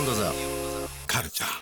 ンドザカルチャー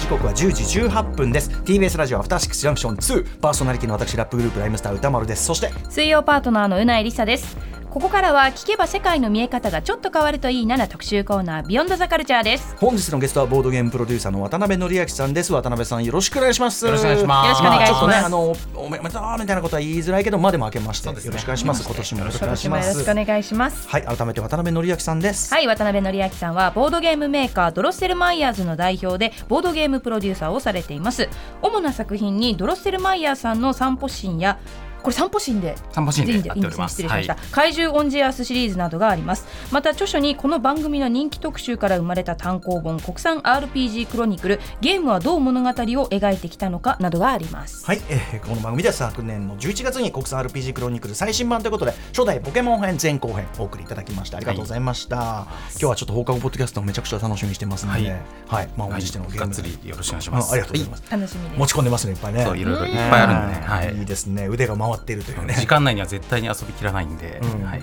時刻は10時18分です TBS ラジオアフターシックスジャンクション2パーソナリティの私ラップグループライムスター歌丸ですそして水曜パートナーのうないりさですここからは聞けば世界の見え方がちょっと変わるといいなな特集コーナービヨンドザカルチャーです本日のゲストはボードゲームプロデューサーの渡辺則明さんです渡辺さんよろしくお願いしますよろしくお願いしまよすろしくお願いしますあ、ちょっとねあのおめでとうみたいなことは言いづらいけどまあでも明けまして、よろしくお願いします今年もよろしくお願いしまよろしすくお願いしますはい改めて渡辺則明さんですはい渡辺則明さんはボードゲームメーカードロッセルマイヤーズの代表でボードゲームプロデューサーをされています主な作品にドロッセルマイヤーさんの散歩シーンやこれ散歩シーンで散歩シーンでいいんでやっいいんておでりすね失礼ます。しました、はい怪獣オンジェアースシリーズなどがありますまた著書にこの番組の人気特集から生まれた単行本国産 RPG クロニクルゲームはどう物語を描いてきたのかなどがありますはい、えーこの番組では昨年の11月に国産 RPG クロニクル最新版ということで初代ポケモン編前後編お送りいただきましたありがとうございました、今日はちょっと放課後ポッドキャストをめちゃくちゃ楽しみにしてますので、ははいいまあ、おはい待ちしてのゲーがムっつりよろしくお願いしあます。ありがとうございます、楽しみです持ち込んでますねいっぱいねそういろいろいっい、ぱいあるんでね。はいい。ですね腕が回っていると いうね時間内には絶対に遊びきらないんで、うんはい、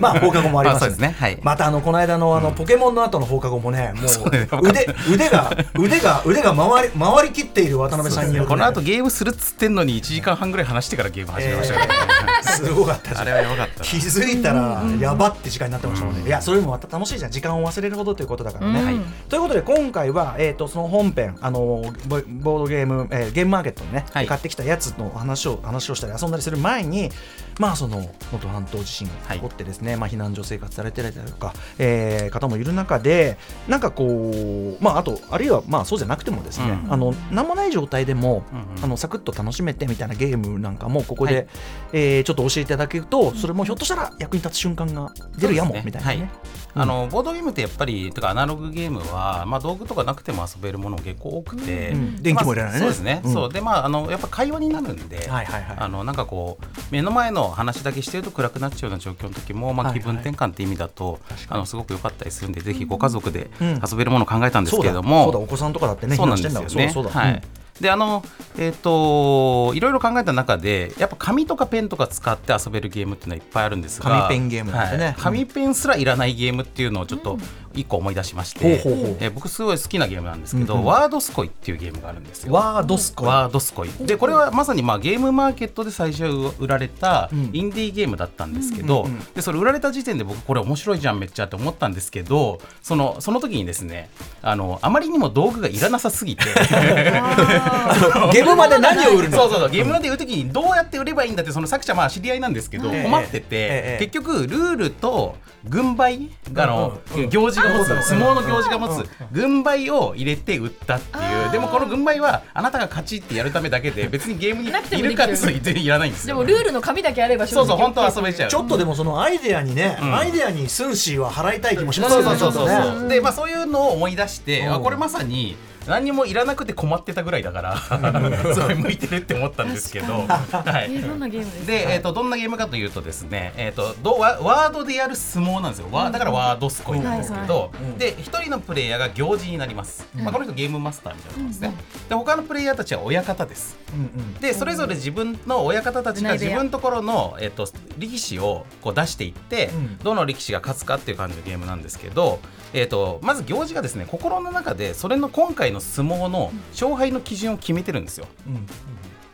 まあ放課後もありますあそうですねはいまたあのこの間のあのポケモンの後の放課後もね、もそうねう腕腕が腕が腕が回り回りきっている渡辺さんによるとこねの後ゲームするっつってんのに1時間半ぐらい話してからゲーム始めましたから、ねすごかったじゃあんれはよかったな気づいたらやばって時間になってましたもんね、いやそれもまた楽しいじゃん時間を忘れるほどということだからね、うんはいということで今回は、えー、とその本編あのボボードゲーム、えーゲームマーケットにね、はい買ってきたやつの話を話をしたり遊んだりする前にまあその能登半島地震が起こってですね、まあ、避難所生活されてたりだとか、えー方もいる中でなんかこうまああとあるいはまあそうじゃなくてもですね、うんあの何もない状態でも、うんうんあのサクッと楽しめてみたいなゲームなんかもここで、はいえーちょっと教えていただけるとそれもひょっとしたら役に立つ瞬間が出るやも、そうですねみたいなね。あのボードゲームってやっぱりとかアナログゲームは、まあ、道具とかなくても遊べるもの結構多くて、うん電気もいらないねまあそうですね、うんそうでまああのやっぱ会話になるんで、はいはいはいあのなんかこう目の前の話だけしてると暗くなっちゃうような状況の時も、まはあ、いは気い分転換って意味だと、あのすごく良かったりするんでぜひご家族でうん遊べるものを考えたんですそうけだれども、そうだお子さんとかだってねそうなん避で難すしてんだよね。そうそうだ、はい。であのえっ、といろいろ考えた中でやっぱ紙とかペンとか使って遊べるゲームっていうのはいっぱいあるんですが紙ペンゲームなんですねはい紙ペンすらいらないゲームっていうのをちょっと一個思い出しまして、ほうほうほうえー僕すごい好きなゲームなんですけど、うんうんワードスコイっていうゲームがあるんですうんよ。ワードスコワードスコイでこれはまさにまあゲームマーケットで最初売られたうんインディーゲームだったんですけど、うんうんうんでそれ売られた時点で僕これ面白いじゃんめっちゃって思ったんですけどそのその時にですねあのあまりにも道具がいらなさすぎて ゲームまで何を売るのそうそうそうゲームなんていう時にどうやって売ればいいんだってその作者まあ知り合いなんですけどええ困ってて、ええ結局ルールと軍配があの、うんうん行事が持つうん相撲の行事が持うんうんつ軍配を入れて売ったっていうでもこの軍配はあなたが勝ちってやるためだけで別にゲームになくていもできるるかって言っていらないんですでよ。もルールの紙だけあればそうそう本当は遊べちゃう。ちょっとでもそのアイデアにね、アイデアにスンシーは払いたい気もしますそようねそうそうそうちょっとそねう。でまあそういうのを思い出して、うんあこれまさに何にもいらなくて困ってたぐらいだから、 すごい向いてるって思ったんですけど、はい。えどんなゲームですかで、えー、とどんなゲームかというとですね、えー、とどワワードでやる相撲なんですよ、わだからワードスコイなんですけど、で一人のプレイヤーが行司になります、まあ、この人ゲームマスターみたいなもんですね、で他のプレイヤーたちは親方ですうんうんでそれぞれ自分の親方たちが自分のところの、えっと力士をこう出していって、うんどの力士が勝つかっていう感じのゲームなんですけど、えっとまず行司がですね心の中でそれの今回の相撲の勝敗の基準を決めてるんですよ。うん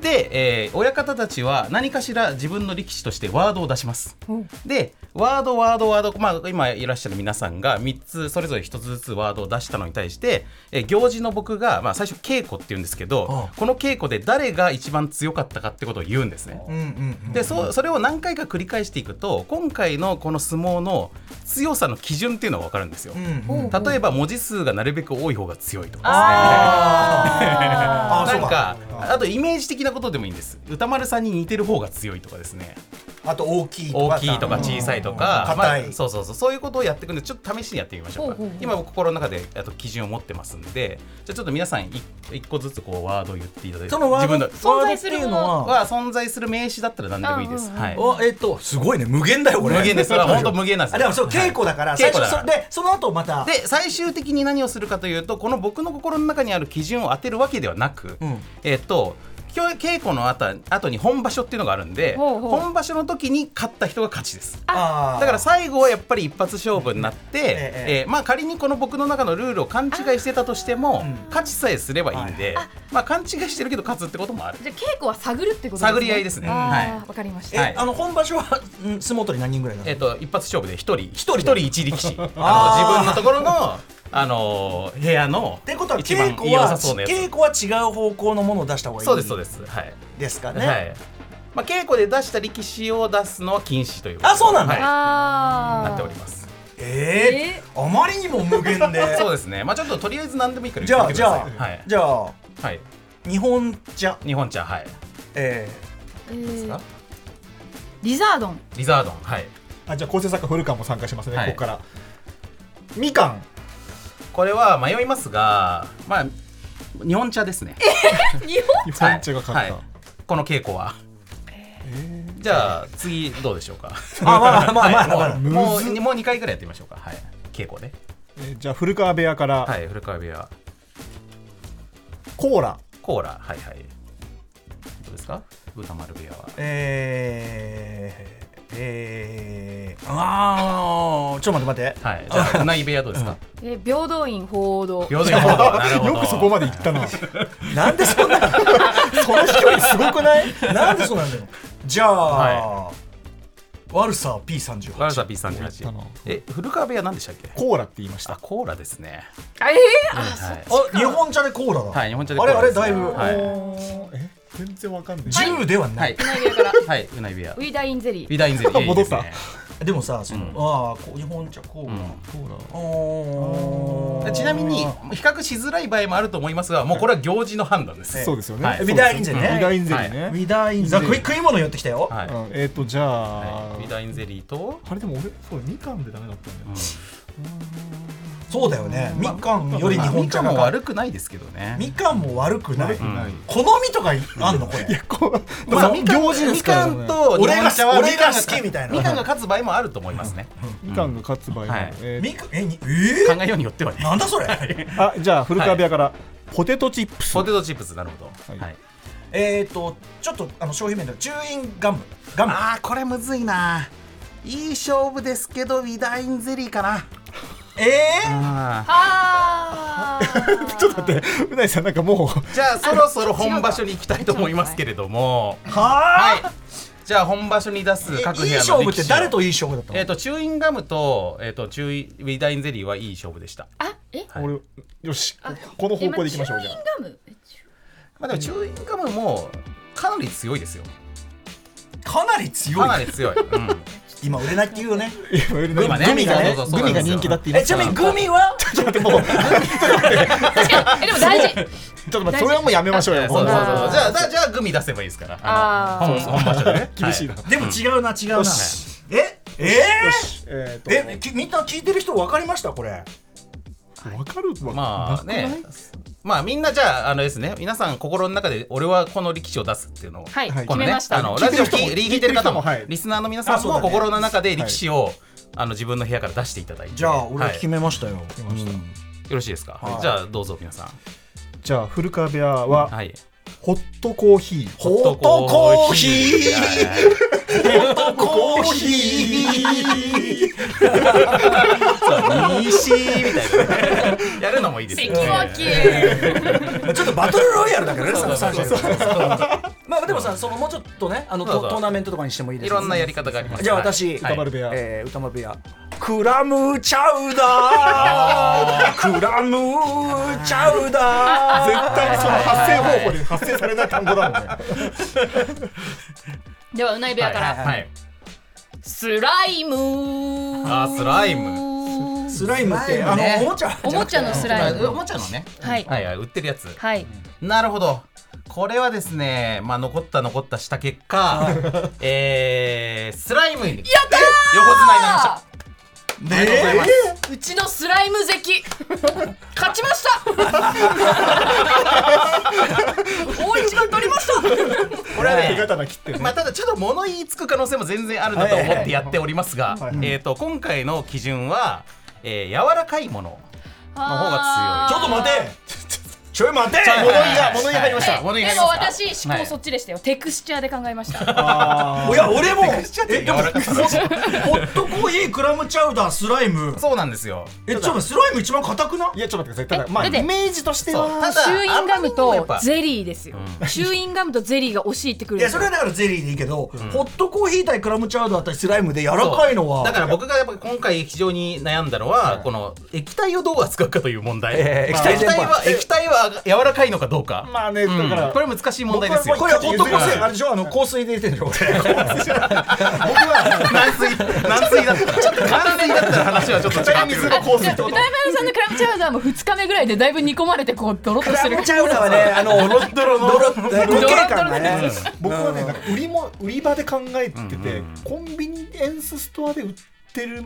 で、えー親方たちは何かしら自分の力士としてワードを出します。でワードワードワード、まあ、今いらっしゃる皆さんが3つそれぞれ1つずつワードを出したのに対して、えー行事の僕が、まあ、最初稽古っていうんですけどああこの稽古で誰が一番強かったかってことを言うんですね。うんうんでそそれを何回か繰り返していくと今回のこの相撲の強さの基準っていうのが分かるんですよ。うんうん例えば文字数がなるべく多い方が強いとかあー なんかそうあとイメージ的なことでもいいんです歌丸さんに似てる方が強いとかですねあと大きいとか大きいとか小さいとか、うん硬いまあそうそうそうそういうことをやっていくんでちょっと試しにやってみましょうか今僕心の中であと基準を持ってますんでじゃあちょっと皆さん一一個ずつこうワードを言っていただいてそのワード自分のワードっていうのはは存在する名詞だったら何でもいいです、はい、おえっとすごいね無限だよこれ無限です 本当無限なんですよあでもそう稽古だからはい最稽古だ初かそられでその後またで最終的に何をするかというとこの僕の心の中にある基準を当てるわけではなく、うんえっと今日稽古の後後に本場所っていうのがあるんでほうほう本場所の時に勝った人が勝ちですあだーから最後はやっぱり一発勝負になって、えええーまあ、仮にこの僕の中のルールを勘違いしてたとしても、うん勝ちさえすればいいんで、まあ、勘違いしてるけど勝つってこともあるじゃあ稽古は探るってことですね探り合いですねあはいーわ、かりましえ、た、はいあの本場所はん相撲取り何人ぐらいなのえっと一発勝負で一人一人一人一力士あーあの自分のところのあのー部屋のってことは一稽番古良はさそうなやつ稽古は違う方向のものを出した方がいいそうですそうですはい、ですかね、はいまあ、稽古で出した力士を出すのは禁止ということであそうなんだはいああなっておりますえーあまりにも無限で そうですねまあちょっととりあえず何でもいいからじゃあ言ってみてくださいじゃあはいじゃあはい日本茶日本茶はいええーかリザードンリザードンはいあじゃあ構成作家古川も参加しますね、はいここからみかんこれは迷いますがまあ日本茶ですね日本茶が勝った、はいこの稽古はじゃあ次どうでしょうかー、あまあまあまあ、まあはいもうもむずうもう2回ぐらいやってみましょうかはい稽古ねえーじゃあ古川部屋から、はい古川部屋コーラコーラはいはいどうですか歌丸部屋はえー、えー、ああちょっと待って待ってはいじゃあうなぎ部屋どうですかえー平等院鳳凰堂平等院鳳凰堂なるほどよくそこまで行ったな そなんでそんなの飛距離すごくないなんでそうなんだよじゃあ、は悪さ P38 ワルサーやったな P38 え古川部屋何でしたっけコーラって言いましあたコーラですねあえー、あはいあ日本茶でコーラだ、はい日本茶であコーれラあでれすねだいぶ、はいえ全然わかんない10ではな、はいいうなぎ部屋からはいウナギ部屋ウィダインゼリー美大ゼリ ーいいですね戻っでもさその、うんああこう日本茶コーラ、うんコーラおーちなみに比較しづらい場合もあると思いますがもうこれは行事の判断です、えそうですよね、はいそうです美大院ゼリーねうん美大院ゼリーね、ウィダーインザ食い食い物寄ってきたよ、はいうんえっ、とじゃあ、はい、ビダインゼリーと、あれでも俺そうみかんでダメだったんだよ、うんねそうだよねみかんより日まあ本み茶かがも悪くないですけどねみかんも悪くない、悪くない、好みとかあんのこれこ うまあ、そのみかん行事ですみからかねんと日俺が本茶は俺がみかん好きみたいなみかんが勝つ場合もあると思いますね、みかんが勝つ場合の、はいえーみくえにえ考えようによってはねー、なんだそれあじゃあ古川部屋から、ポテトチップスポテトチップスなるほど、はいはいえっとちょっとあの商品名でチューインガムガムああこれむずいないい勝負ですけどビダインゼリーかなえー、ああーちょっと待ってうないさんなんかもーじゃあそろそろ本場所に行きたいと思いますけれどもははいじゃあ本場所に出す各あ部いい屋の歴史を勝負って誰といい勝負だったの、えっ、とチューインガムとえっ、とチューイビダインゼリーはいい勝負でしたあえう、はい俺よしこの方向でいきましょうじゃあガムえチまあでもチューインガムもかなり強いですよかなり強かいなり強い、うん今売れないっていうよね今より今ねグミがねそうそうそうグミが人気だって言いえましちなたかみらにグミはューえでも大事ちょっと待ってそれはもうやめましょうそうよそうそうそうじこんなあーゃあじゃあじゃあグミ出せばいいですからあーの本本場所でね厳しいな、はでも違うな違うな、よええよしえー、えきみんな聞いてる人分かりましたこれー、わかるわ、まあなくねないまあみんなじゃああのですね皆さん心の中で俺はこの力士を出すっていうのをはい、はい決このめねましたあの聞いラジオてる人も聞い聞いてる方も聞いてる人もはいリスナーの皆さあんそうだもね心の中で力士をあの自分の部屋から出していただいてじゃあ俺ははい決よめましたよ、めましたうんろしいですかはいじゃあどうぞ皆さんじゃあ古川部屋は、はいホットコーヒーホットコーヒいやいーやいやホットコーヒー西みたいな ねやるのもいいですよね関脇ちょっ とバトルロイヤルだからね、そそうのそう三そ者うそうまあでもさ、そのもうちょっとね、あのそうトそうトーナメントとかにしてもいいですいしろんなやり方がありますじゃあ私、はい歌丸部屋、えー、歌ま部屋。クラムチャウダークラムチャウ ダー絶対その発生方法で発生されない単語だもんねではうない部屋から、はいはいスライムあースライムスライムって、スラあイムねの、おもちゃ。おもちゃのスライおムもちゃのねはいはいはい売ってるやつはいなるほどこれはですねまあ残った残ったした結果えースライムにやった横綱になりましたねありがとうございますうちのスライム関勝ちました大一番取りましたこれは手ね刀切ってね、まあただちょっと物言いつく可能性も全然あるなと思ってやっておりますがはいえーと今回の基準はえー柔らかいものの方が強いちょっと待て ちょい待てちょい 物言いが物言い入りましたえ物言いで入りまもした私思考そっちでしたよ、テクスチャーで考えましたあおや俺もえでもホ柔らかさッホットコーヒークラムチャウダースライムそうなんですよえちょっと待ってスライム一番硬くないやちょっと待ってくださいただえまあだってイメージとしてそうはただチューインガムあんまりにもやっとぱゼリーですよ、チューインガムとゼリーが押し入ってくるんいでやすそれはよだからゼリーでいいけど、ホットコーヒー対クラムチャウダー対スライムで柔らかいのはだから僕がやっぱり今回非常に悩んだのは、この液体をどう扱うかという問題、えーまあ液体全般は液体は柔らかいのかどうか、まあねだうんからこれ難しい問題ですよこれはホットコーヒはいーあれでしょあの香水で入れてるでしょこれ 軟水軟水だったら軟水だったら話はちょっと違ってくる香水ってこ歌丸さんのクラムチャウダーも2日目ぐらいでだいぶ煮込まれてこうドロッとしてるチャウダーはねあのドロドロのドロ固形感がねと 僕はねなんか売りも売り場で考えててコンビニエンスストアで売ってるうん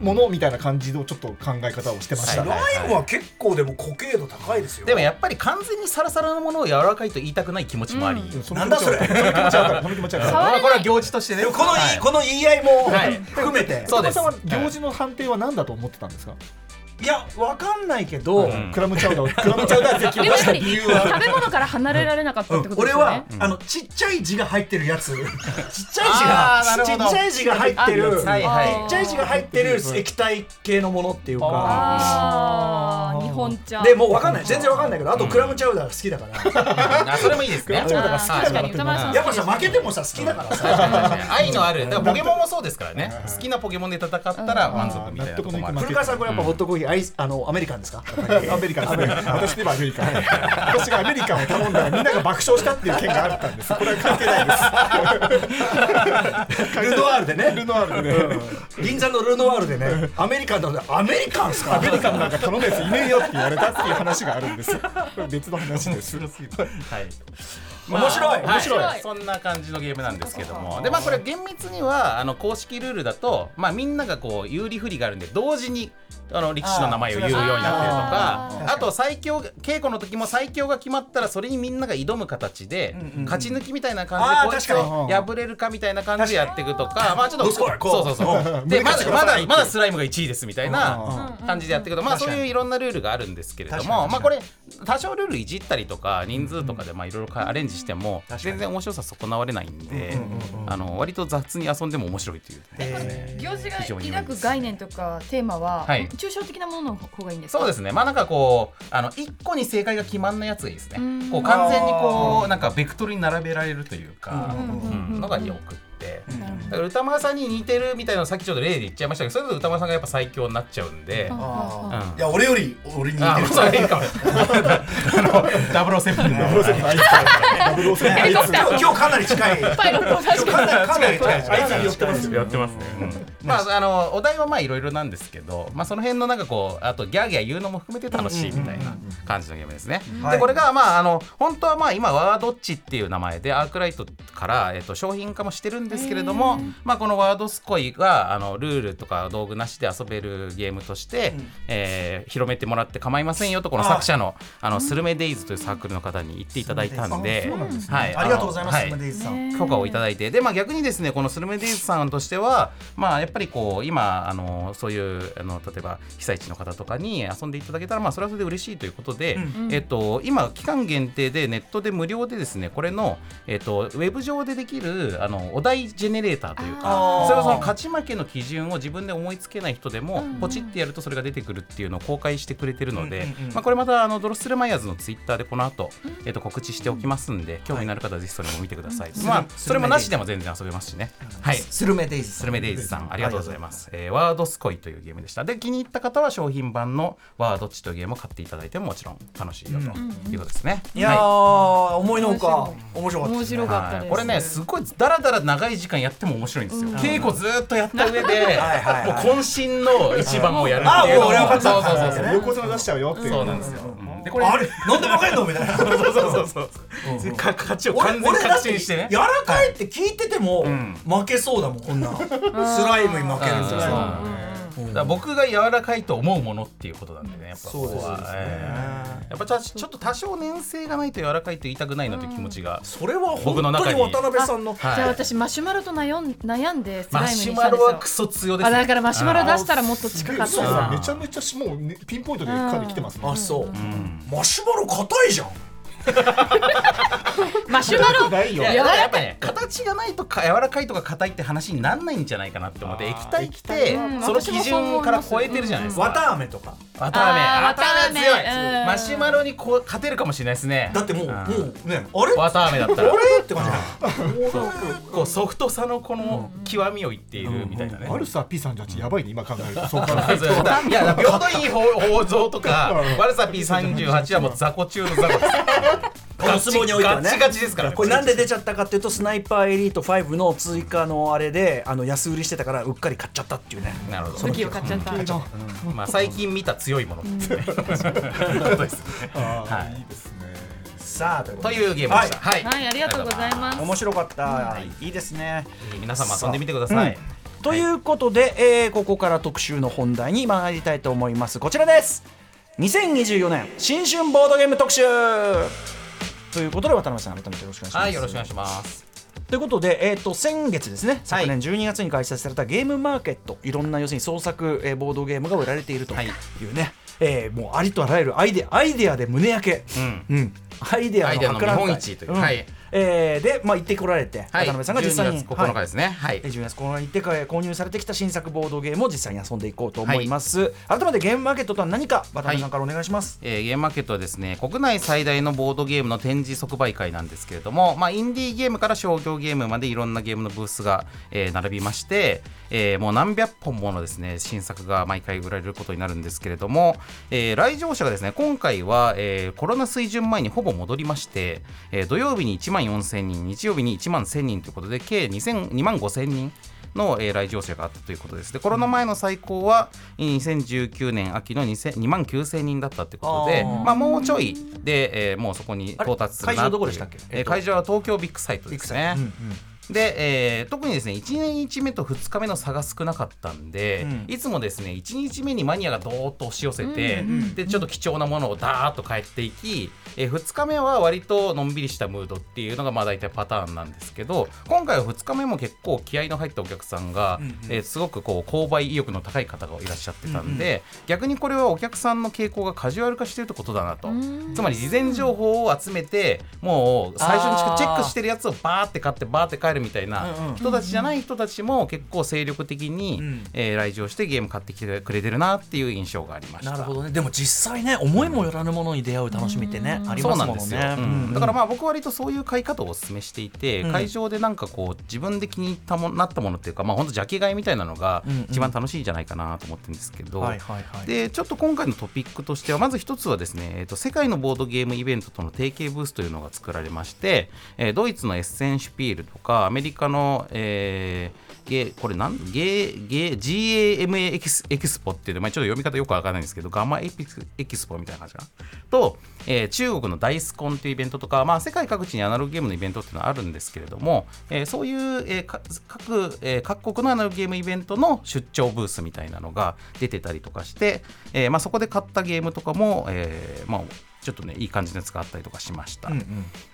うんものみたいな感じのちょっと考え方をしてましスたラねイムは結構でも固形度高いですよでもやっぱり完全にサラサラのものを柔らかいと言いたくない気持ちもあり、うんそのなんだそれその気持ちわかるその気持ちわかる触れないこれは行事としてねでもこの,、はいい、この言い合いもはい含めて、い、そうです岡本さんは行事の判定は何だと思ってたんですかやわかんないけど、んクラムチャウダーをクラムチャウダーってでもやっぱり食べ物から離れられなかったってことで俺すよはね、、あのちっちゃい字が入ってるやつちっちあーゃない字るほがちどっちゃい字が入ってるちっはいはいちゃい字が入ってる液体系のものっていうかああ日本茶でもうわかんない全然わかんないけどあとクラムチャウダーが好きだからあそれもいいですねあー確かに歌丸さんやっぱさ負けてもさ好きだからさ 愛のあるだからポケモンもそうですからね好きなポケモンで戦ったら満足みたいなとこもある古川さんこれやっぱホットコーヒーアイスあのアメリカンですかアメリカンですね私ではアメリカン私がアメリカンを頼んだらみんなが爆笑したっていう件があったんですこれは関係ないですルノワールでねルノワールでね銀座のルノワールでねアメリカンだとアメリカンですかアメリカンなんか頼むやついねえよって言われたっていう話があるんです これ別の話ですはい面白いまあ面白いはいそんな感じのゲームなんですけどもでまあこれ厳密にはあの公式ルールだとまあみんながこう有利不利があるんで同時にあの力士の名前を言うようになってるとかあと最強稽古の時も最強が決まったらそれにみんなが挑む形で勝ち抜きみたいな感じであーこ確う破れるかみたいな感じでやっていくとかまあちょっとどうぞこうそうそうそううんでまだ胸貸してくだまさだいまだスライムが1位ですみたいな感じでやっていくとまあそういういろんなルールがあるんですけれどもまあこれ多少ルールいじったりとか人数とかでまあいろいろアレンジしても全然面白さ損なわれないんであの割と雑に遊んでも面白いという行事が抱く概念とかテーマは、はい抽象的なものの方がいいんですかそうですねまあなんかこうあの一個に正解が決まんないやつがいいですねこう完全にこうなんかベクトルに並べられるというかうんのがよくって。だから歌丸さんに似てるみたいなのさっきちょっと例で言っちゃいましたけどそれだと歌丸さんがやっぱ最強になっちゃうんで、あうんいや俺より俺に似あてるそういいか も。ダブルセブンの。 あいつ今日今日かなり 近い今パイロットも確日かにかなりかなり近いあいつに寄ってますやってますね。まああのお題はまあいろいろなんですけど、まあその辺のなんかこうあとギャーギャー言うのも含めて楽しいみたいな感じのゲームですね。はいでこれがまああの本当はまあ今ワードッチっていう名前でアークライトからえっと商品化もしてるんですけれども、まあこのワードスコイがあのルールとか道具なしで遊べるゲームとして、えー広めてもらって構いませんよとこの作者のあのスルメデイズというサークルの方に言っていただいたんで、はいありがとうございますはスムデイズさん許可をいただいてで、まあ、逆にですねこのスルメディーズさんとしては、まあ、やっぱりこう今あのそういうあの例えば被災地の方とかに遊んでいただけたら、まあ、それはそれで嬉しいということで、えっと、今期間限定でネットで無料でですねこれの、えっと、ウェブ上でできるあのお題ジェネレーターというあかーそれはその勝ち負けの基準を自分で思いつけない人でもポチってやるとそれが出てくるっていうのを公開してくれてるので、まあ、これまたあのドロッセルマイヤーズのツイッターでこの後、えっと告知しておきますんで、興味のある方はぜひそれも見てください、まあ、それもなしでも全然遊べますしねはいスルメデイズスルメデイズさんありがとうございます、えーワードスコイというゲームでしたで気に入った方は商品版のワードッチというゲームを買っていただいてももちろん楽しいよということですね、いやはー思いのほか面白かった面です白かったはでいすこれねすごいだらだら長い時間やっても面白いんですよ、稽古ずーっとやった上でいはいはいもう渾身の一番をやるっていうあものう俺は勝そうちそうだそうそう横綱出しちゃうよっていうそうなんですよ、うんでこれあれなんでわかんのみたいなそうそうそうそうそうか 勝ちを俺完全に俺だっ確信してね柔らかいって聞いてても負けそうだもんこんなスライムに負けるんうんですよだから僕が柔らかいと思うものっていうことなんでねやっぱここはええやっぱちょちょっと多少粘性がないと柔らかいと言いたくないなという気持ちが、それは本僕の当中にに渡辺さんのはいじゃあ私マシュマロと悩ん悩んでスライマムにしシたんですよュマロはクソ強ですあねだからマシュマロ出したらもっと近かっそたうなだめちゃめちゃしもうねピンポイントでかなり来てますねあそう、マシュマロ硬いじゃんマシュマロないよいや柔らかいやっぱね形がないとか柔らかいとか硬いって話にならないんじゃないかなって思って液体来てうんその基準から超えてるじゃないですか綿飴とか綿飴あー綿飴強い綿飴うんマシュマロにこう勝てるかもしれないですねだってもう、んもうねあれ綿飴だったらあれって感じだよこうソフトさのこの極みを言っているみたいなね悪さ P38 やばいね今考えるとそう考え るそういや平等に包蔵とかうんワルサピー38はもう雑魚中の雑魚ですこの相撲においてはねガッチガチですからこれなんで出ちゃったかっていうとスナイパーエリート5の追加のあれであの安売りしてたからうっかり買っちゃったっていうねなるほど武器を買っちゃったまあ最近見た強いもの ですねことですねあーはいいいですねさあということとでいうゲームでしたはいはいありがとうございます面白かった、い、いですね皆さんも遊んでみてくださいということで、えーここから特集の本題に参りたいと思いますこちらです2024年新春ボードゲーム特集ということで渡辺さん改めてよろしくお願いします、はいよろしくお願いしますということで、えー、と先月ですね昨年12月に開催されたゲームマーケット、い、ろんな要するに創作、えーボードゲームが売られているとはいいうね、えーもうありとあらゆるアイデアアイデアで胸焼け、うんうんアイデアアイデアのの博覧会見本市というんはいえーで、まあ、行ってこられて、はい渡辺さんが実際に12月9日はいですねはいえー12月この行ってから購入されてきた新作ボードゲームを実際に遊んでいこうと思います、改めてゲームマーケットとは何か渡辺さんからお願いします、えーゲームマーケットはですね国内最大のボードゲームの展示即売会なんですけれども、まあ、インディーゲームから商業ゲームまでいろんなゲームのブースが、えー並びまして、えーもう何百本ものですね新作が毎回売られることになるんですけれども、えー来場者がですね今回は、えーコロナ水準前にほぼ戻りまして、えー土曜日に1万4000人日曜日に1万1000人ということで計2000 2万5000人の、えー来場者があったということです。で、コロナ前の最高はえー2019年秋の2000 2万9000人だったということで、あーまあ、もうちょいで、えーもうそこに到達するなあれ会場どっていうこでしたっけえー会場は東京ビッグサイトですね。で、えー特にですね1日目と2日目の差が少なかったんで、いつもですね1日目にマニアがどーっと押し寄せて、でちょっと貴重なものをダーッと買っていき、え2日目は割とのんびりしたムードっていうのがまあ大体パターンなんですけど今回は2日目も結構気合いの入ったお客さんが、えーすごくこう購買意欲の高い方がいらっしゃってたんで、逆にこれはお客さんの傾向がカジュアル化してるってことだなと。つまり事前情報を集めてもう最初にチェックしてしてるやつをバーって買ってバーって帰るみたいな人たちじゃない人たちも結構精力的に、えー来場してゲーム買ってきてくれてるなっていう印象がありました。なるほどねでも実際ね思いもよらぬものに出会う楽しみってね、ありそまうすなんもでのすよ、ねうんだからまあ僕割とそういう買い方をお勧めしていて、会場でなんかこう自分で気に入ったもなったものっていうかまあ本当ジャケ買いみたいなのが一番楽しいんじゃないかなと思ってるんですけど、はいはいはいでちょっと今回のトピックとしてはまず一つはですね、えっと、世界のボードゲームイベントとの提携ブースというのが作られまして、えードイツのエッセンシュピールとかアメリカの、えーゲーこれなんゲーゲー GAMA エキスエキスポっていうのまあ、ちょっと読み方よくわからないんですけどガマエピスエキスポみたいな感じかなと、えー中国のダイスコンというイベントとか、まあ、世界各地にアナログゲームのイベントっていうのはあるんですけれども、えーそういう、えーか各えー各国のアナログゲームイベントの出張ブースみたいなのが出てたりとかして、えーまあ、そこで買ったゲームとかも、えーまあ、ちょっとねいい感じのやつがあったりとかしました。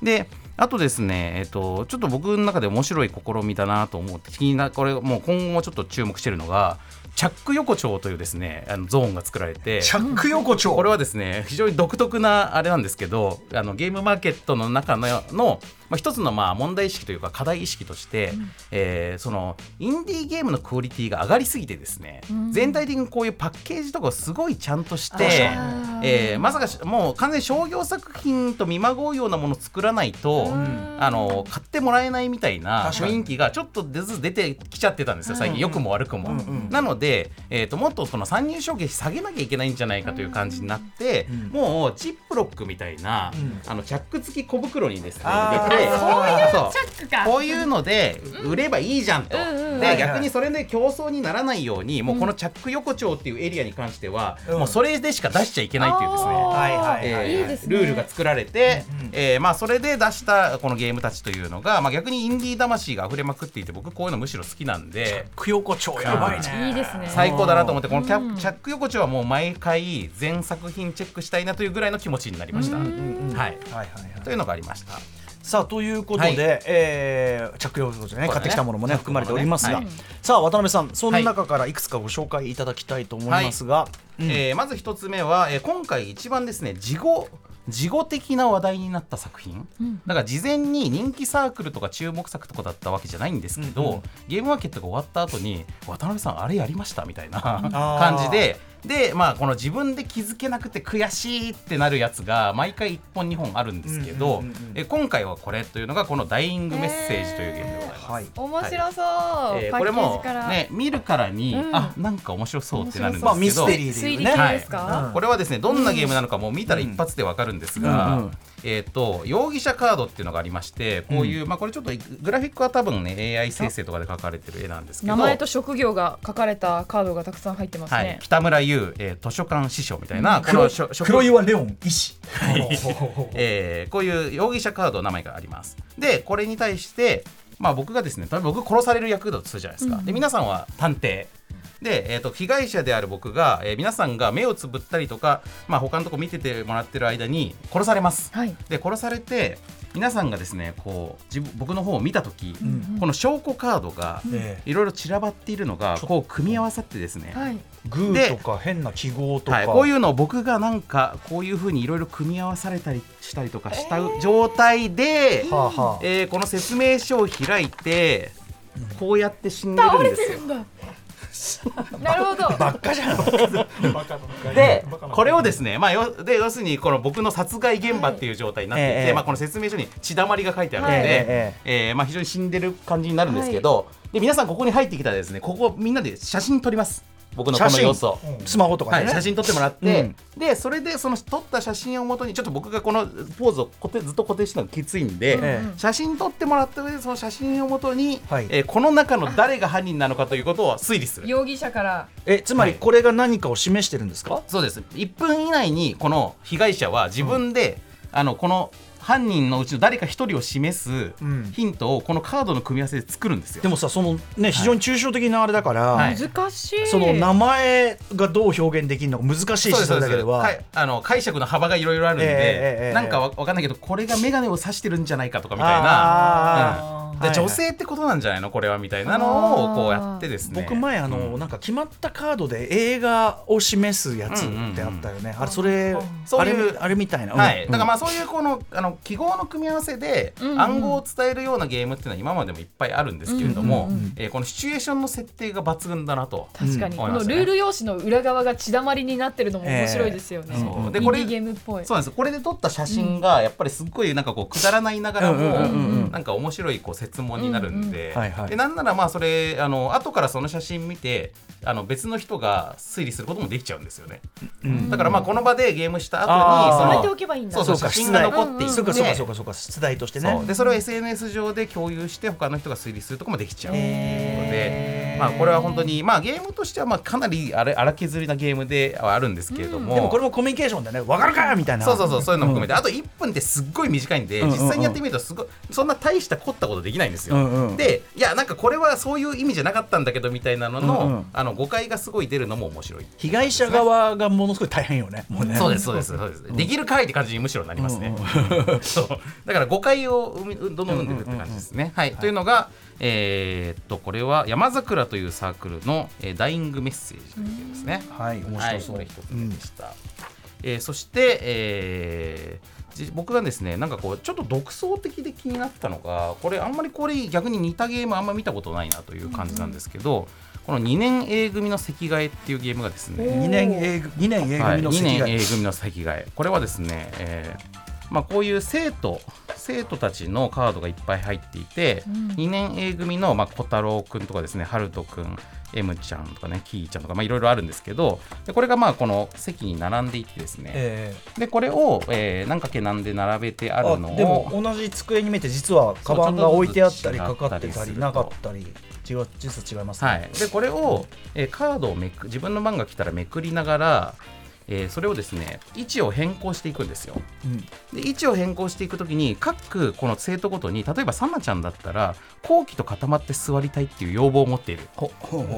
であとですね、えっと、ちょっと僕の中で面白い試みだなと思って気になこれもう今後もちょっと注目してるのがチャック横丁というですねあのゾーンが作られてチャック横丁これはですね非常に独特なあれなんですけどあのゲームマーケットの中のの、まあ、一つのまあ問題意識というか課題意識として、えーそのインディーゲームのクオリティが上がりすぎてですね、全体的にこういうパッケージとかをすごいちゃんとして、えーまさかしもう完全に商業作品と見まごうようなものを作らないと、あの買ってもらえないみたいな雰囲気がちょっとずつ出てきちゃってたんですよ最近良くも悪くも。なので、えー、ともっとその参入障壁下げなきゃいけないんじゃないかという感じになって、もうチップロックみたいな、あのチャック付き小袋にですね入れてそうチャックかこういうので売ればいいじゃんと、うんうんで逆にそれで競争にならないようにもうこのチャック横丁っていうエリアに関しては、もうそれでしか出しちゃいけないないっていうですね。はいはいはいえーいいですねルールが作られて、えーまあ、それで出したこのゲームたちというのが、まあ、逆にインディー魂が溢れまくっていて僕こういうのむしろ好きなんでクヨコ超やばいねいいですね最高だなと思ってこのキャ「チャック横丁」はもう毎回全作品チェックしたいなというぐらいの気持ちになりました。はい、はいはいはいというのがありました。さあということで、はいえー着用ということでそうだねね買ってきたものもね着用含まれておりますが、はいさあ渡辺さんその中からいくつかご紹介いただきたいと思いますが、えーまず一つ目は、えー今回一番ですね事後事後的な話題になった作品、だから事前に人気サークルとか注目作とかだったわけじゃないんですけど、ゲームマーケットが終わった後に渡辺さんあれやりましたみたいな感じで。でまあ、この自分で気づけなくて悔しいってなるやつが毎回1本2本あるんですけど、え今回はこれというのがこの「ダイイングメッセージ」というゲームでございます。はい面白そう、えーパッこケれージもから、ね見るからに、うんあなんか面白そうってなるんですけど、まあミステリーでい推う理ね系ですか、はいうんこれはですねどんなゲームなのかもう見たら一発でわかるんですが、えー、と容疑者カードっていうのがありましてこういう、まあ、これちょっとグラフィックは多分ね AI 生成とかで書かれてる絵なんですけど名前と職業が書かれたカードがたくさん入ってますね、はい、北村優、えー図書館師匠みたいな、このしょしょ黒岩レオン医師えーこういう容疑者カードの名前があります。でこれに対して、まあ、僕がですね多分僕殺される役だとするじゃないですか。で皆さんは探偵で、えー、と被害者である僕が、えー皆さんが目をつぶったりとか、まあ、他のとこ見ててもらってる間に殺されます。はいで殺されて皆さんがですねこう自分僕の方を見た時、この証拠カードがえいろいろ散らばっているのがこう組み合わさってですね、はいーグーとか変な記号とか、はい、こういうのを僕がなんかこういうふうにいろいろ組み合わされたりしたりとかした状態で、えはあはあーこの説明書を開いてこうやって死んでるんですよ。なるほどでこれをですね、まあ、よで要するにこの僕の殺害現場っていう状態になっていて、はいええまあ、この説明書に血だまりが書いてあるのえで、ええーまあ、非常に死んでる感じになるんですけど、で皆さんここに入ってきたらですねここみんなで写真撮ります僕のこの様子を。ええスマホとかはでい、ね、写真撮ってもらって、でそれでその撮った写真をもとにちょっと僕がこのポーズを固定ずっと固定してたのがきついんで、え写真撮ってもらった上でその写真をもとに、はいえーこの中の誰が犯人なのかということを推理する。容疑者からえつまりこれが何かを示してるんですか、そうです1分以内にこの被害者は自分で、あのこの犯人のうちの誰か1人を示すんヒントをこのカードの組み合わせで作るんですよ。でもさそのね非常に抽象的なあれだから、はい難しい、その名前がどう表現できるのか難しいそうでしすそそうでれだすけではかいあの解釈の幅がいろいろあるんで、ええええええなんかわわかんないけどこれが眼鏡を指してるんじゃないかとかみたいあな、うーんではいはい女性ってことなんじゃないのこれはみたいなのをこうやってですね僕前あの、なんか決まったカードで映画を示すやつってあったよね、あれそれそうあれいうあれみたいな、はい、うんだからまあそういうこのあの記号の組み合わせで暗号を伝えるようなゲームっていうのは今までもいっぱいあるんですけれども、えーこのシチュエーションの設定が抜群だなと。確かに、うんこのルール用紙の裏側が血だまりになってるのも面白いですよね、そうででここれれゲームっぽいそうなんですこれで撮った写真がやっぱりすっごいなんかこうくだらないながらうんうんもうんうんうんなんか面白いこう説問になるんで,、うんはいはいでなんならまあそれあの後からその写真見てあの別の人が推理することもできちゃうんですよね、だからまあこの場でゲームしたあ後ー止にめそてのおけばいいんだそうそう写真が残っていてそうかそうかそうかそうか出題としてねそうでそれを SNS 上で共有して他の人が推理するとこもできちゃうので、まあ、これは本当に、まあ、ゲームとしてはまあかなりあれ荒削りなゲームではあるんですけれども、でもこれもコミュニケーションだね分かるかみたいなそうそうそうそういうのも含めて、あと1分ってすっごい短いんで、んうんうん実際にやってみるとすごいそんな大した凝ったことできないんですよ。うんうんでいやなんかこれはそういう意味じゃなかったんだけどみたいなのの,、うんうんあの誤解がすごい出るのも面白い。被害者側がものすごい大変よねもうねそうですそうですそうです、できるかいって感じにむしろなりますね、そうだから誤解を生みどんどん生んでいくって感じですね、はい、というのがえーっとこれは山桜というサークルの、えーダイイングメッセージというゲームですね、はい面白そう、はい、これ一つ目でした、えーそして、えーじ僕がですねなんかこうちょっと独創的で気になったのがこれあんまりこれ逆に似たゲームあんま見たことないなという感じなんですけど、この2年 A 組の席替えっていうゲームがですね、 2年 A 二年 A 組のはい、席2が、年 A 組の席替えこれはですね、えーまあ、こういう生徒生徒たちのカードがいっぱい入っていて、2年 A 組の、まあ、小太郎くんとかですね春人くん M ちゃんとかねキーちゃんとかまあいろいろあるんですけどでこれがまあこの席に並んでいってですね、えでこれを、えー何かけなんで並べてあーるのあをでも同じ机に見て実はカバンが置いてあったりかかってたりなかったり違う実は違いますね、はい、でこれを、えーカードをめく自分の番が来たらめくりながら、えーそれをですね位置を変更していくんですよ。で位置を変更していくときに各この生徒ごとに例えばサマちゃんだったら後期と固まって座りたいっていう要望を持っている。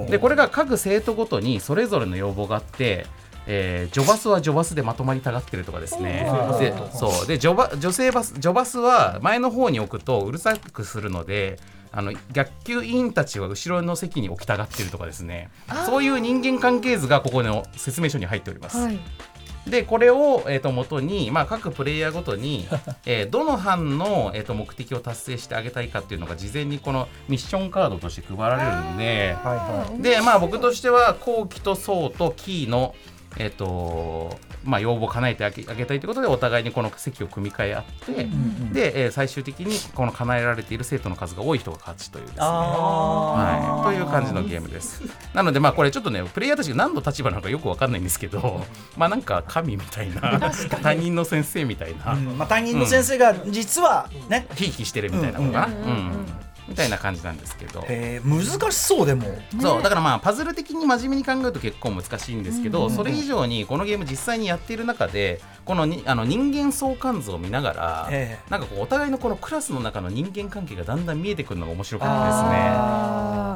でこれが各生徒ごとにそれぞれの要望があって。えージョバスはジョバスでまとまりたがってるとかですね。で、そうでジョバ女性バスジョバスは前の方に置くとうるさくするので、あの逆球委員たちは後ろの席に置きたがってるとかですね。そういう人間関係図がここの説明書に入っております。はい。でこれを、えー、と元に、まあ、各プレイヤーごとに、 えーどの班の、えー、と目的を達成してあげたいかっていうのが事前にこのミッションカードとして配られるんで、でまあ僕としては後期と層とキーのえっ、とまあ要望を叶えてあげあげたいということでお互いにこの席を組み替え合って、で、えー最終的にこの叶えられている生徒の数が多い人が勝ちというですね。はい、という感じのゲームです。なので、まあ、これちょっとね、プレイヤーたちが何の立場なのかよくわかんないんですけ ど、まあ、なんか神みたいな、他人の先生みたいな、まあ、担任の先生が実はね、ひいきしてるみたいなのかな、うんみたいな感じなんですけど。えー難しそうでもそうだからまあパズル的に真面目に考えると結構難しいんですけど、それ以上にこのゲーム実際にやっている中でこのにあの人間相関図を見ながら、えなんかこうお互いのこのクラスの中の人間関係がだんだん見えてくるのが面白かったですね。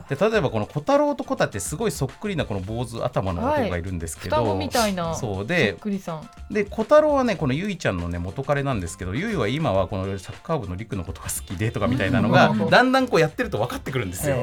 で例えばこの小太郎と小太ってすごいそっくりなこの坊主頭の男がいるんですけど、双子みたいな。そうそっでくりさん。で小太郎はねこのゆいちゃんのね元彼なんですけどゆいは今はこのサッカー部の陸のことが好きでとかみたいなのがだんだんこうやってると分かってくるんですよ。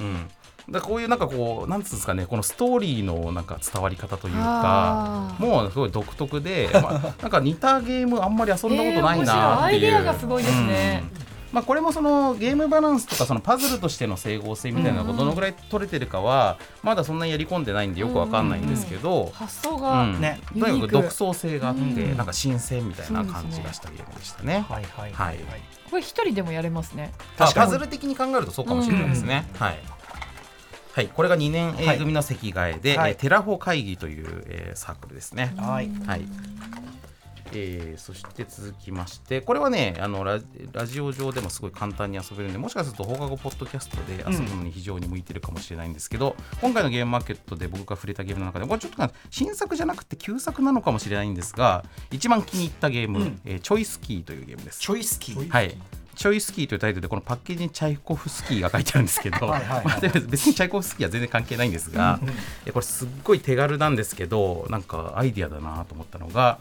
うんだからこういうなんかこうなんつうんですかねこのストーリーのなんか伝わり方というかあーもうすごい独特で、まあ、なんか似たゲームあんまり遊んだことないなっていう、えー面白いアイデアがすごいですねうんまあ、これもそのゲームバランスとかそのパズルとしての整合性みたいなのがどのぐらい取れてるかはまだそんなにやり込んでないんでよくわかんないんですけど、発想うが。んねとにユニーかくク独創性があって、なんか新鮮みたいな感じがしたゲームでしたね。はいはいはい、これ一人でもやれますね。まあパズル的に考えるとそうかもしれないですね。はい。はい、これが2年 A 組の席替えで、はいえーテラフォ会議という、えーサークルですね。はいはい。えーそして続きまして、これはねあのラ、ラジオ上でもすごい簡単に遊べるんで、もしかすると放課後ポッドキャストで遊ぶのに非常に向いてるかもしれないんですけど、今回のゲームマーケットで僕が触れたゲームの中で、これちょっとな新作じゃなくて旧作なのかもしれないんですが、一番気に入ったゲーム、えーチョイスキーというゲームです。チョイスキーはい。チョイスキーというタイトルでこのパッケージにチャイコフスキーが書いてあるんですけどまあ でも別にチャイコフスキーは全然関係ないんですがえこれすっごい手軽なんですけどなんかアイディアだなと思ったのが、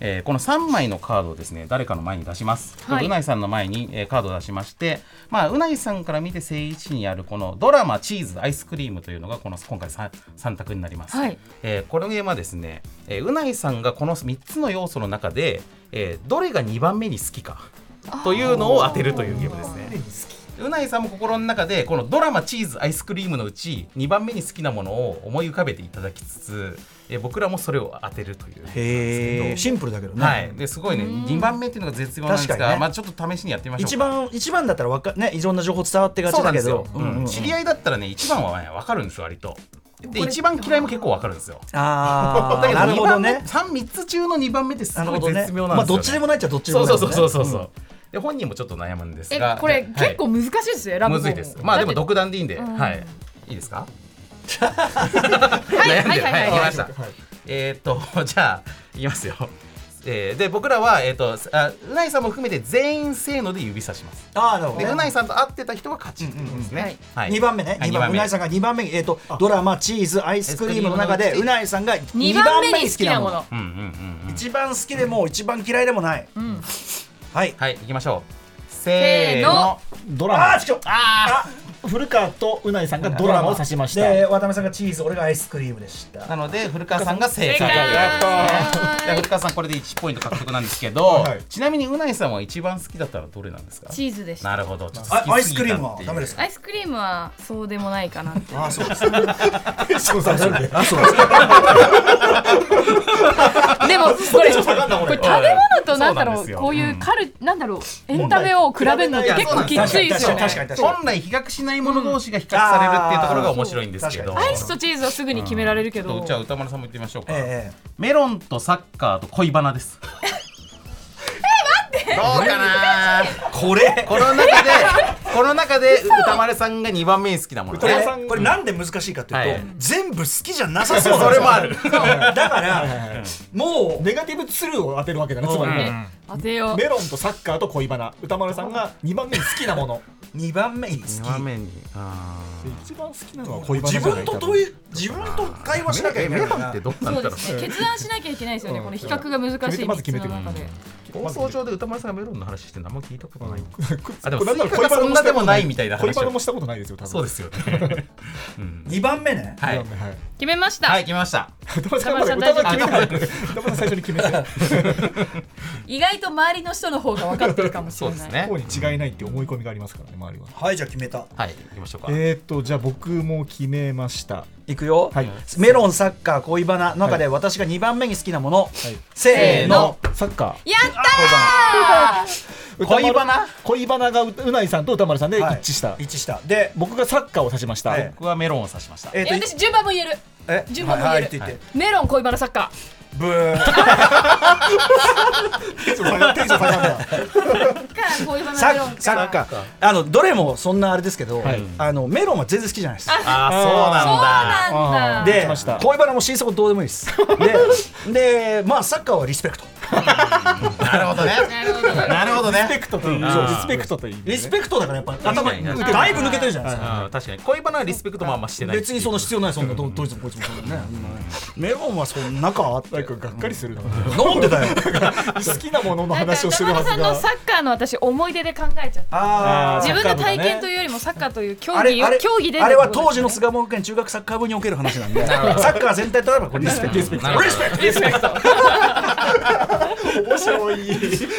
えーこの3枚のカードをですね誰かの前に出します、はいうなぎさんの前に、えーカードを出しまして、まあ、うなぎさんから見て正位置にあるこのドラマチーズアイスクリームというのがこの今回 3, 三択になります、はいえーこのゲームはですね、えーうなぎさんがこの3つの要素の中で、えーどれが2番目に好きかというのを当てるというゲームですね。うないさんも心の中でこのドラマチーズアイスクリームのうち2番目に好きなものを思い浮かべていただきつつえー僕らもそれを当てるという。へえシンプルだけどね、はい、ですごいね2番目っていうのが絶妙なんです確かにが、ねまあ、ちょっと試しにやってみましょうか一番一番だったらわかねいろんな情報伝わってがちそうなんだでけすどよ、うん知り合いだったらね1番はね分かるんですよ割とで一番嫌いも結構分かるんですよあ だあけどなるほどね 3, つ中の2番目ってすなるごほいどね絶妙なんですよ、ねまあどっちでもないっちゃどっちでそもうなそいうそうそうそう、で本人もちょっと悩むんですえが、これで結構難しいですよ。選ぶ方もはいむずいですまあでもだって独断でいいんで、んはいいいですかはい悩んはでいるはいははい来い。ましたえーっと じゃあいきますよえーで僕らは、えー、とあうないさんも含めて全員せーので指さしますああなるほでどうねないさんと会ってた人が勝ちってことですね、うんうんうんはい二番目ねはい二二番番目う目ないさんが二番目にえっとドラマチーズアイスクリームの中でアイスクリームの中でうないさんが二二番目に好きなもの。うんうんうんうん一番好きでも一番嫌いでもないんはいはい、行きましょう。せーの。ドあラーちょっとあマ古川とうないさんがドラマを指しましたで渡辺さんがチーズ俺がアイスクリームでしなたので、古川さんが正正解。解ねはじゃあ古川さん、これで1ポイント獲得なんですけど、はいちなみにうないさんは一番好きだったらどれなんですかいチーズでした。なるほど。ちょっと好きすぎたっあていうアイスクリームはダメですかアイスクリームはそうでもないかな って。あーそうですそうそうそうあ そうですでもこれこなんだこれ食れべ物となんだそうなんろでうすよこういうカルなんだろうエンタメを比べるのって結構きついですよね。確かに確かに確かに本来比較しないもの同士が比較されるっていうところが面白いんですけど。うんあーアイスとチーズはすぐに決められるけちょっどと。じゃあ歌丸さんも言ってみましょうか、ええメロンとサッカーと恋バナです え待ってどうかなこれこの中でこの中で歌丸さんが2番目に好きなもの歌丸ねさんこれなんで難しいかというと、はい全部好きじゃなさそうなんそですれよもあるだからもうネガティブツルーを当てるわけだねつまりね当てようメロンとサッカーと恋バナ歌丸さんが2番目に好きなもの2番目に好き2番目にあ一番好きなのは恋バナ自じ分ゃない多と分問い自分と会話しなきゃいーけないメかロンっらてどっかそだうったでのすね決断しなきゃいけないですよねこれ比較が難決めしていまず決めて三つの中で放送上で歌丸さんがメロンの話してるのあんま聞いたことないあでもこれなんならスイカがそんなでもないみたいな話恋バナもしたことないですよ多分そうですよねうん2番目ねはいはい決めました、はい決めました歌丸さんまだ歌丸決めてない歌丸さん最初に決め て意外と周りの人の方が分かってるかもしそれうでなすい、ね方に違いないって思い込みがありますからね周りははいじゃあ決めたはい行きましょうかえーっとじゃあ僕も決めましたいくよ、はいメロンサッカー恋バナの中で私が2番目に好きなもの、せーのサッカやったーー恋バナ恋バナがううないさんと歌丸さんで一はい致した一致したで僕がサッカーを指しましたはい僕はメロンを刺しましたえっ、え私順番も言えるえ順番もはい言えはるいって言って、メロン恋バナサッカブーーかテンション下がるテンション下がるな ら恋バナサメロンッサッカーあのどれもそんなあれですけど、あのメロンは全然好きじゃないですあーそそううななんだんだあーで来ました恋バナも新作どうでもいいですででまあサッカーはリスペクト なるほどねなるほどなるほどリスねペクトといううんそうリスペクトというリスペクトだからやっぱ頭いいね抜けだいぶ抜けてるじゃないですかうん確かに恋バナはリスペクトもあんましてない別にその必要ないそんなどどいつもこいつもそうだよねメロンはそんなかあってなんかがっかりするななんでだよ好きなもののなんか話をしてるはず中村さんがのサッカーの私思い出で考えちゃったあ自分の体験といういうよりもサッカーという競あ技れあをれ競技であれは当時のス菅本県中学サッカー部における話なんでサッカー全体とあればこれリスペクトリスペクトなるほど面白い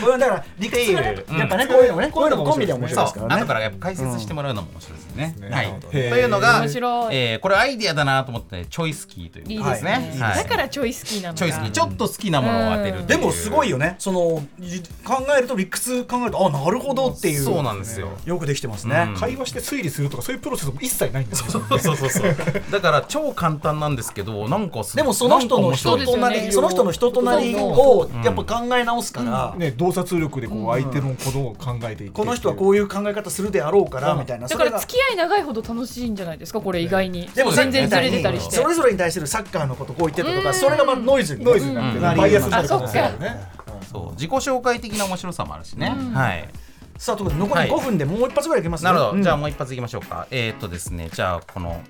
これはだから理屈がねやっぱねこういうのもねこういうのも込みで面白いですそかうら後ねからやっぱ解説してもらうのも面白いですね。うんはい、なるほどというのが、面白いえーこれアイディアだなと思ってチョイスキーといういいことでですすねね。はいだからチョイスキーなのチョイスキーがちょっと好きなものを当てるってでうもすごいよねそのい考えると理屈考えるとあなるほどっていうそうなんですよ。よくできてますね、会話して推理するとかそういうプロセスも一切ないんですよそうそうそうそう。だから超簡単なんですけど、なんかすでもその人のそ人とうなでりすそ,、よねの人の人となりをやっぱ考え直すから、ね、洞察力でこう相手のことを考えていってこの人はこういう考え方するであろうからみたいなだそかれらが付き合い長いほど楽しいんじゃないですかこれ意外にでも全然ずれてたりしてそれぞれに対するサッカーのことこう言ってたとかそれがまあノイズにノイズになってうるんバイアスになる可能性あがあそるっねそう自己紹介的な面白さもあるしね。はい。さあということで残り5分でもう一発ぐらいいけますね、なるほど、うんじゃあもう一発いきましょうかえーっとですねじゃあこの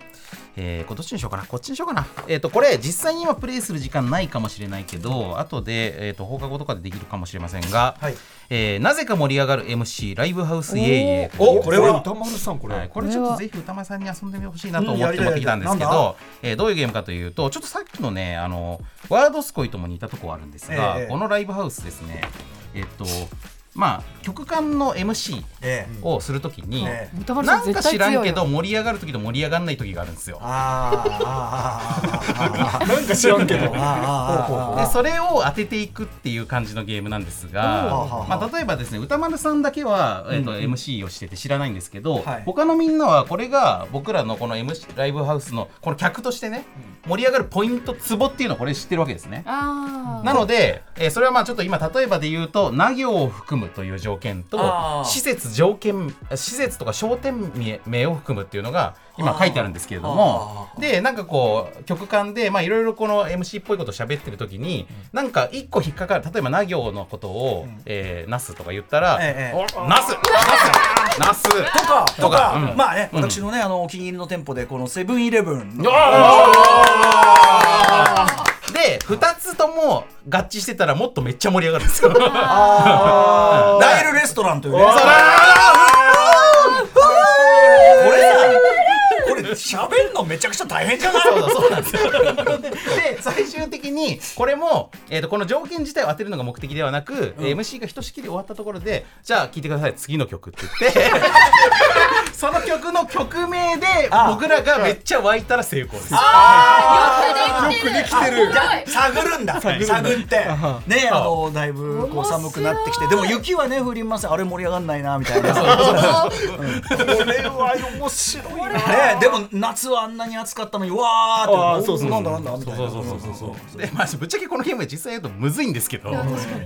えー、これどっちにしようかなこっちにしようかなえーっ、とこれ実際に今プレイする時間ないかもしれないけど後で、えーっと放課後とかでできるかもしれませんが、はいえーなぜか盛り上がる MC ライブハウスイエイエイおこれは歌丸さんこれ、はい、これちょっとぜひ歌丸さんに遊んでほしいなと思って持ってきたんですけうんやりたいやりたいなんど、えーどういうゲームかというとちょっとさっきのねあのワードスコイとも似たとこはあるんですが、ええこのライブハウスですねえっとまあ曲間の MC ええをするときに、ええ歌丸さなんん絶か対知らん強いけどよ盛り上がる時と盛り上がらない時があるんですよ。あーあーあーあーあーあーあーなんか知らんけどあーあーあーでそれを当てていくっていう感じのゲームなんですほうほうほがう、まあ、例えばですね歌丸さんだけは、えーと MC をしてて知らないんですけど、はい他のみんなはこれが僕らのこの MC ライブハウスのこの客としてね盛り上がるポイントツボっていうのをこれ知ってるわけですね。あなので、えーそれはまあちょっと今例えばで言うとな行を含むという条件と施設条件施設とか商店名を含むっていうのが今書いてあるんですけれどもでなんかこう曲間でまあいろいろこの MC っぽいことを喋ってる時に、なんか一個引っかかる例えばな行のことを、えーなすとか言ったら、ええおなすなすなすとかととかか、うんまあね、私のねあのお気に入りの店舗でこのセブンイレブンので2つとも合致してたらもっとめっちゃ盛り上がるん ですよ。ダイルレストランというねそらこれさこれ喋んのめちゃくちゃ大変じゃないそうだそうなんですよで最終的にこれも、えー、とこの条件自体を当てるのが目的ではなく、えー MC がひとしきり終わったところでじゃあ聞いてください次の曲って言って その曲の曲名で僕らがめっちゃ湧いたら成功です。あよくできてる来てる探るんだ探ってねあのだいぶこう寒くなってきてでも雪はね降ります あれ盛り上がんないなみたいなねこれは面白いでもか夏はあんなに暑かったのにわあーーってそうそうそうなんだなんだみたいなそうそうそうそうでまあぶっちゃけこのゲーム実際やるとむずいんですけど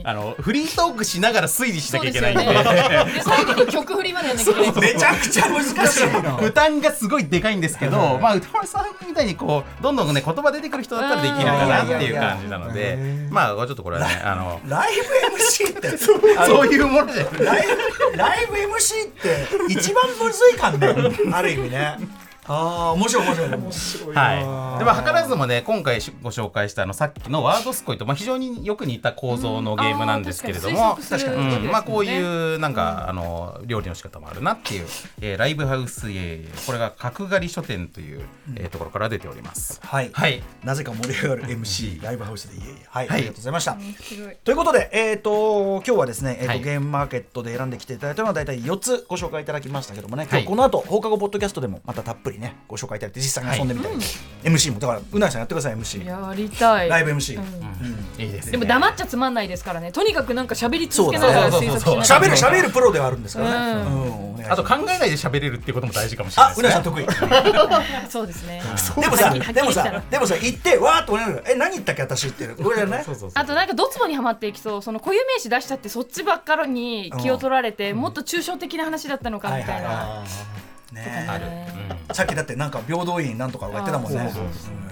あのフリートークしながら推理しなきゃいけないんでそうですよで最後に曲振りまでやんなきゃいけないめちゃくちゃ難 しい負担がすごいでかいんですけど、まあ、歌丸さんみたいにこうどんどんね言葉出てくる人だったらできるかなっていう感じなのでまあちょっとこれはねあのライブ MC ってそういうものじゃなラいイブライブ MC って一番むずいかんねある意味ねああ面白い面白い面白いはい、でまあ図らずもね今回しご紹介したあのさっきのワードスコイと、まあ、非常によく似た構造のゲームなんですけれども、うんあー確かに推測するうんですねまあ、こういうなんか、あの料理の仕方もあるなっていう、えーライブハウス、えーこれが角刈り書店という、えーところから出ております。はいはいなぜか盛り上がる MC ライブハウスでいえいえはい、はいありがとうございましたごいということでえっ、と今日はですね、えーとはいゲームマーケットで選んできていただいたのは大体4つご紹介いただきましたけどもね今は日いこの後、放課後ポッドキャストでもまたたっぷりねご紹介いただいて実際に遊んでみたり、MC もだからうなぎさんやってください MC やりたいライブ MC いいですねでも黙っちゃつまんないですからねとにかくなんか喋り続けなそうがだらね推測しながら喋、る喋るプロではあるんですからね、ううんお願いしますあと考えないで喋れるっていうことも大事かもしれないあでうすなぎねさん得意そうですねでもさはっきりはっきりでもしたさらでもさ行ってわーっと俺らがえ何言ったっけ私っていうこれじゃないそうそうそうあとなんかドツボにはまっていきそうその固有名詞出したってそっちばっかりに気を取られて、もっと抽象的な話だったのかみたいな、ねある、うんえさっきだってなんか平等院なんとか言ってたもんね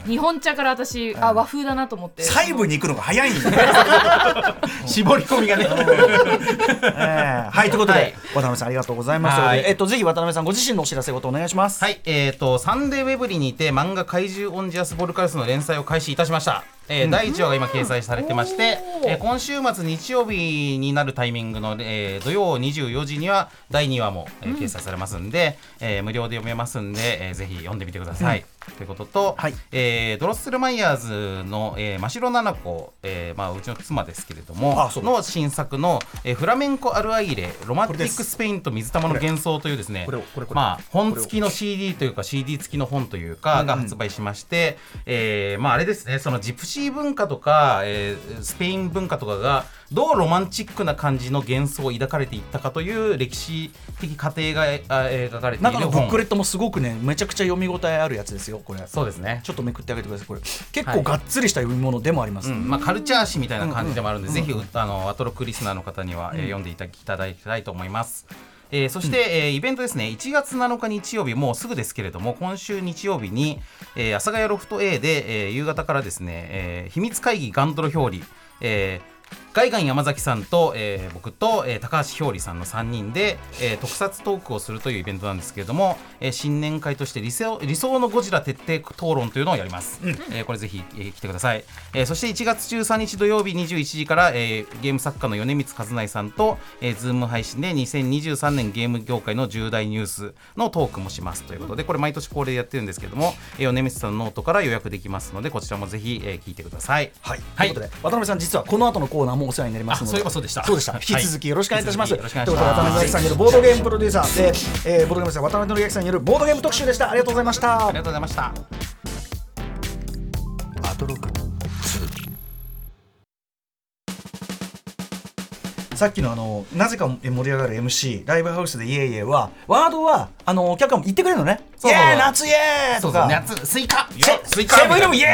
うん日本茶から私、あ和風だなと思って細部に行くのが早いんだよ 絞り込みがねえ えはいということで、はい渡辺さんありがとうございましたはいということでえっとぜひ渡辺さんご自身のお知らせごとお願いしますはい、えー、と、サンデーウェブリにて漫画怪獣オンジアスボルカルスの連載を開始いたしました。えー第1話が今掲載されてまして、えー今週末日曜日になるタイミングの、えー土曜24時には第2話も、えー掲載されますんで、えー無料で読めますんで、えーぜひ読んでみてください。ということと、はいえードロッセルマイヤーズの、えー、真白七子、えーまあ、うちの妻ですけれどもあそうだの新作の、えーフラメンコ・アルアイレロマンティック・スペインと水玉の幻想というですねこれをこれこれまあ、本付きの CD というか CD 付きの本というかが発売しまして、えーまああれですねそのジプシー文化とか、えースペイン文化とかがどうロマンチックな感じの幻想を抱かれていったかという歴史的過程がえあ描かれている中のブックレ本ットもすごくねめちゃくちゃ読み応えあるやつですよこれそうですねちょっとめくってあげてくださいこれ結は構いがっつりした読み物でもあります、うんまあ、カルチャー誌みたいな感じでもあるんで、ぜひあのアトロックリスナーの方には、えー読んでいただきいただきたいと思います。えーそして、えーイベントですね1月7日日曜日もうすぐですけれども今週日曜日に、えー、阿佐ヶ谷ロフト A で、えー夕方からですね、えー秘密会議ガンドロ表裏、えーガイガン山崎さんと、えー僕と、えー高橋ひょうりさんの3人で、えー特撮トークをするというイベントなんですけれども、えー新年会として理想理想のゴジラ徹底討論というのをやります、えーこれぜひ、えー来てください、えーそして1月13日土曜日21時から、えーゲーム作家の米光和内さんと、えー、ズーム配信で2023年ゲーム業界の重大ニュースのトークもしますということでこれ毎年恒例でやってるんですけれども、えー、米光さんのノートから予約できますのでこちらもぜひ、えー聞いてくださいはい、ということで渡辺さん実はこの後のコーナーもお世話になりますのであそういえばそうでした引き続きよろしくお願いいたします、はい引き続きといようろこしとくで渡辺さんにお願いしますよるボードゲームプロデューサーで、えーボードゲームさん渡辺典明さんによるボードゲーム特集でしたありがとうございましたありがとうございましたアトロック2さっきのあのなぜか盛り上がる MC ライブハウスでイエイイエイはワードはあのお客さんも言ってくれるのねそうそうイエイ夏イエイそとうそうか夏スイカセスイカセブンイレブンイエ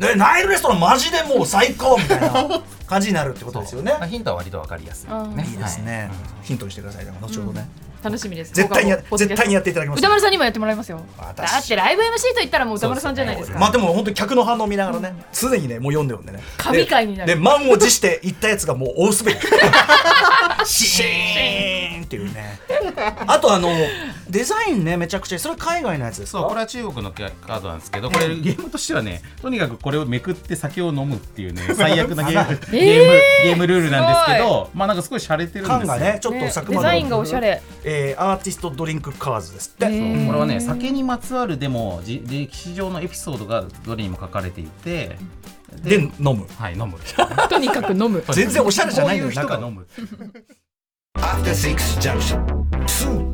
ーイねナイルレストランマジでもう最高みたいな感じになるってことですよねそうまあヒントは割とわかりやすい、ねいいですね、ヒントにしてくださいでも後ほどね、楽しみです絶対にや放課後絶対にやっていただきます歌丸さんにもやってもらいますよだ私ってライブ MC と言ったらもう歌丸さんじゃないですかまあでも本当に客の反応見ながらね、常にねもう読んで読んでね神回になでる満を持して行ったやつがもう大滑り シーンっていうねあとあのデザインねめちゃくちゃそれ海外のやつですそうこかれは中国のカードなんですけどこれゲームとしてはねとにかくこれをめくって酒を飲むっていうね 最悪なゲームゲームゲームルールなんですけどまあなんかすごい洒落てるんです缶よがねちょっねと作デ間のザインがおしゃれえーアーティストドリンクカーズですって、そうこれはね酒にまつわるでもじ歴史上のエピソードがどれにも書かれていてで飲むはい飲む とにかく 飲む全然おしゃれじゃないのこういよう人中がは飲むアフターシックスジャンクション2